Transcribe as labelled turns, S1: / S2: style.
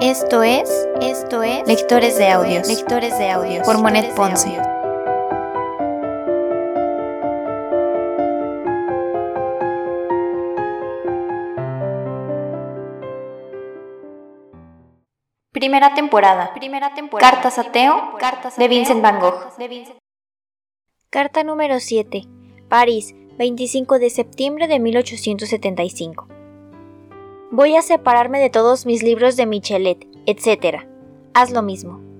S1: Esto es, esto es
S2: Lectores de Audios.
S1: Lectores de Audios
S2: Por Monet Ponce.
S1: Primera temporada.
S2: Primera temporada.
S1: Cartas a Teo,
S2: Primera temporada.
S1: Cartas a Teo,
S2: de Vincent Van Gogh.
S1: Cartas de Vincent-
S3: Carta número 7. París, 25 de septiembre de 1875. Voy a separarme de todos mis libros de Michelet, etc. Haz lo mismo.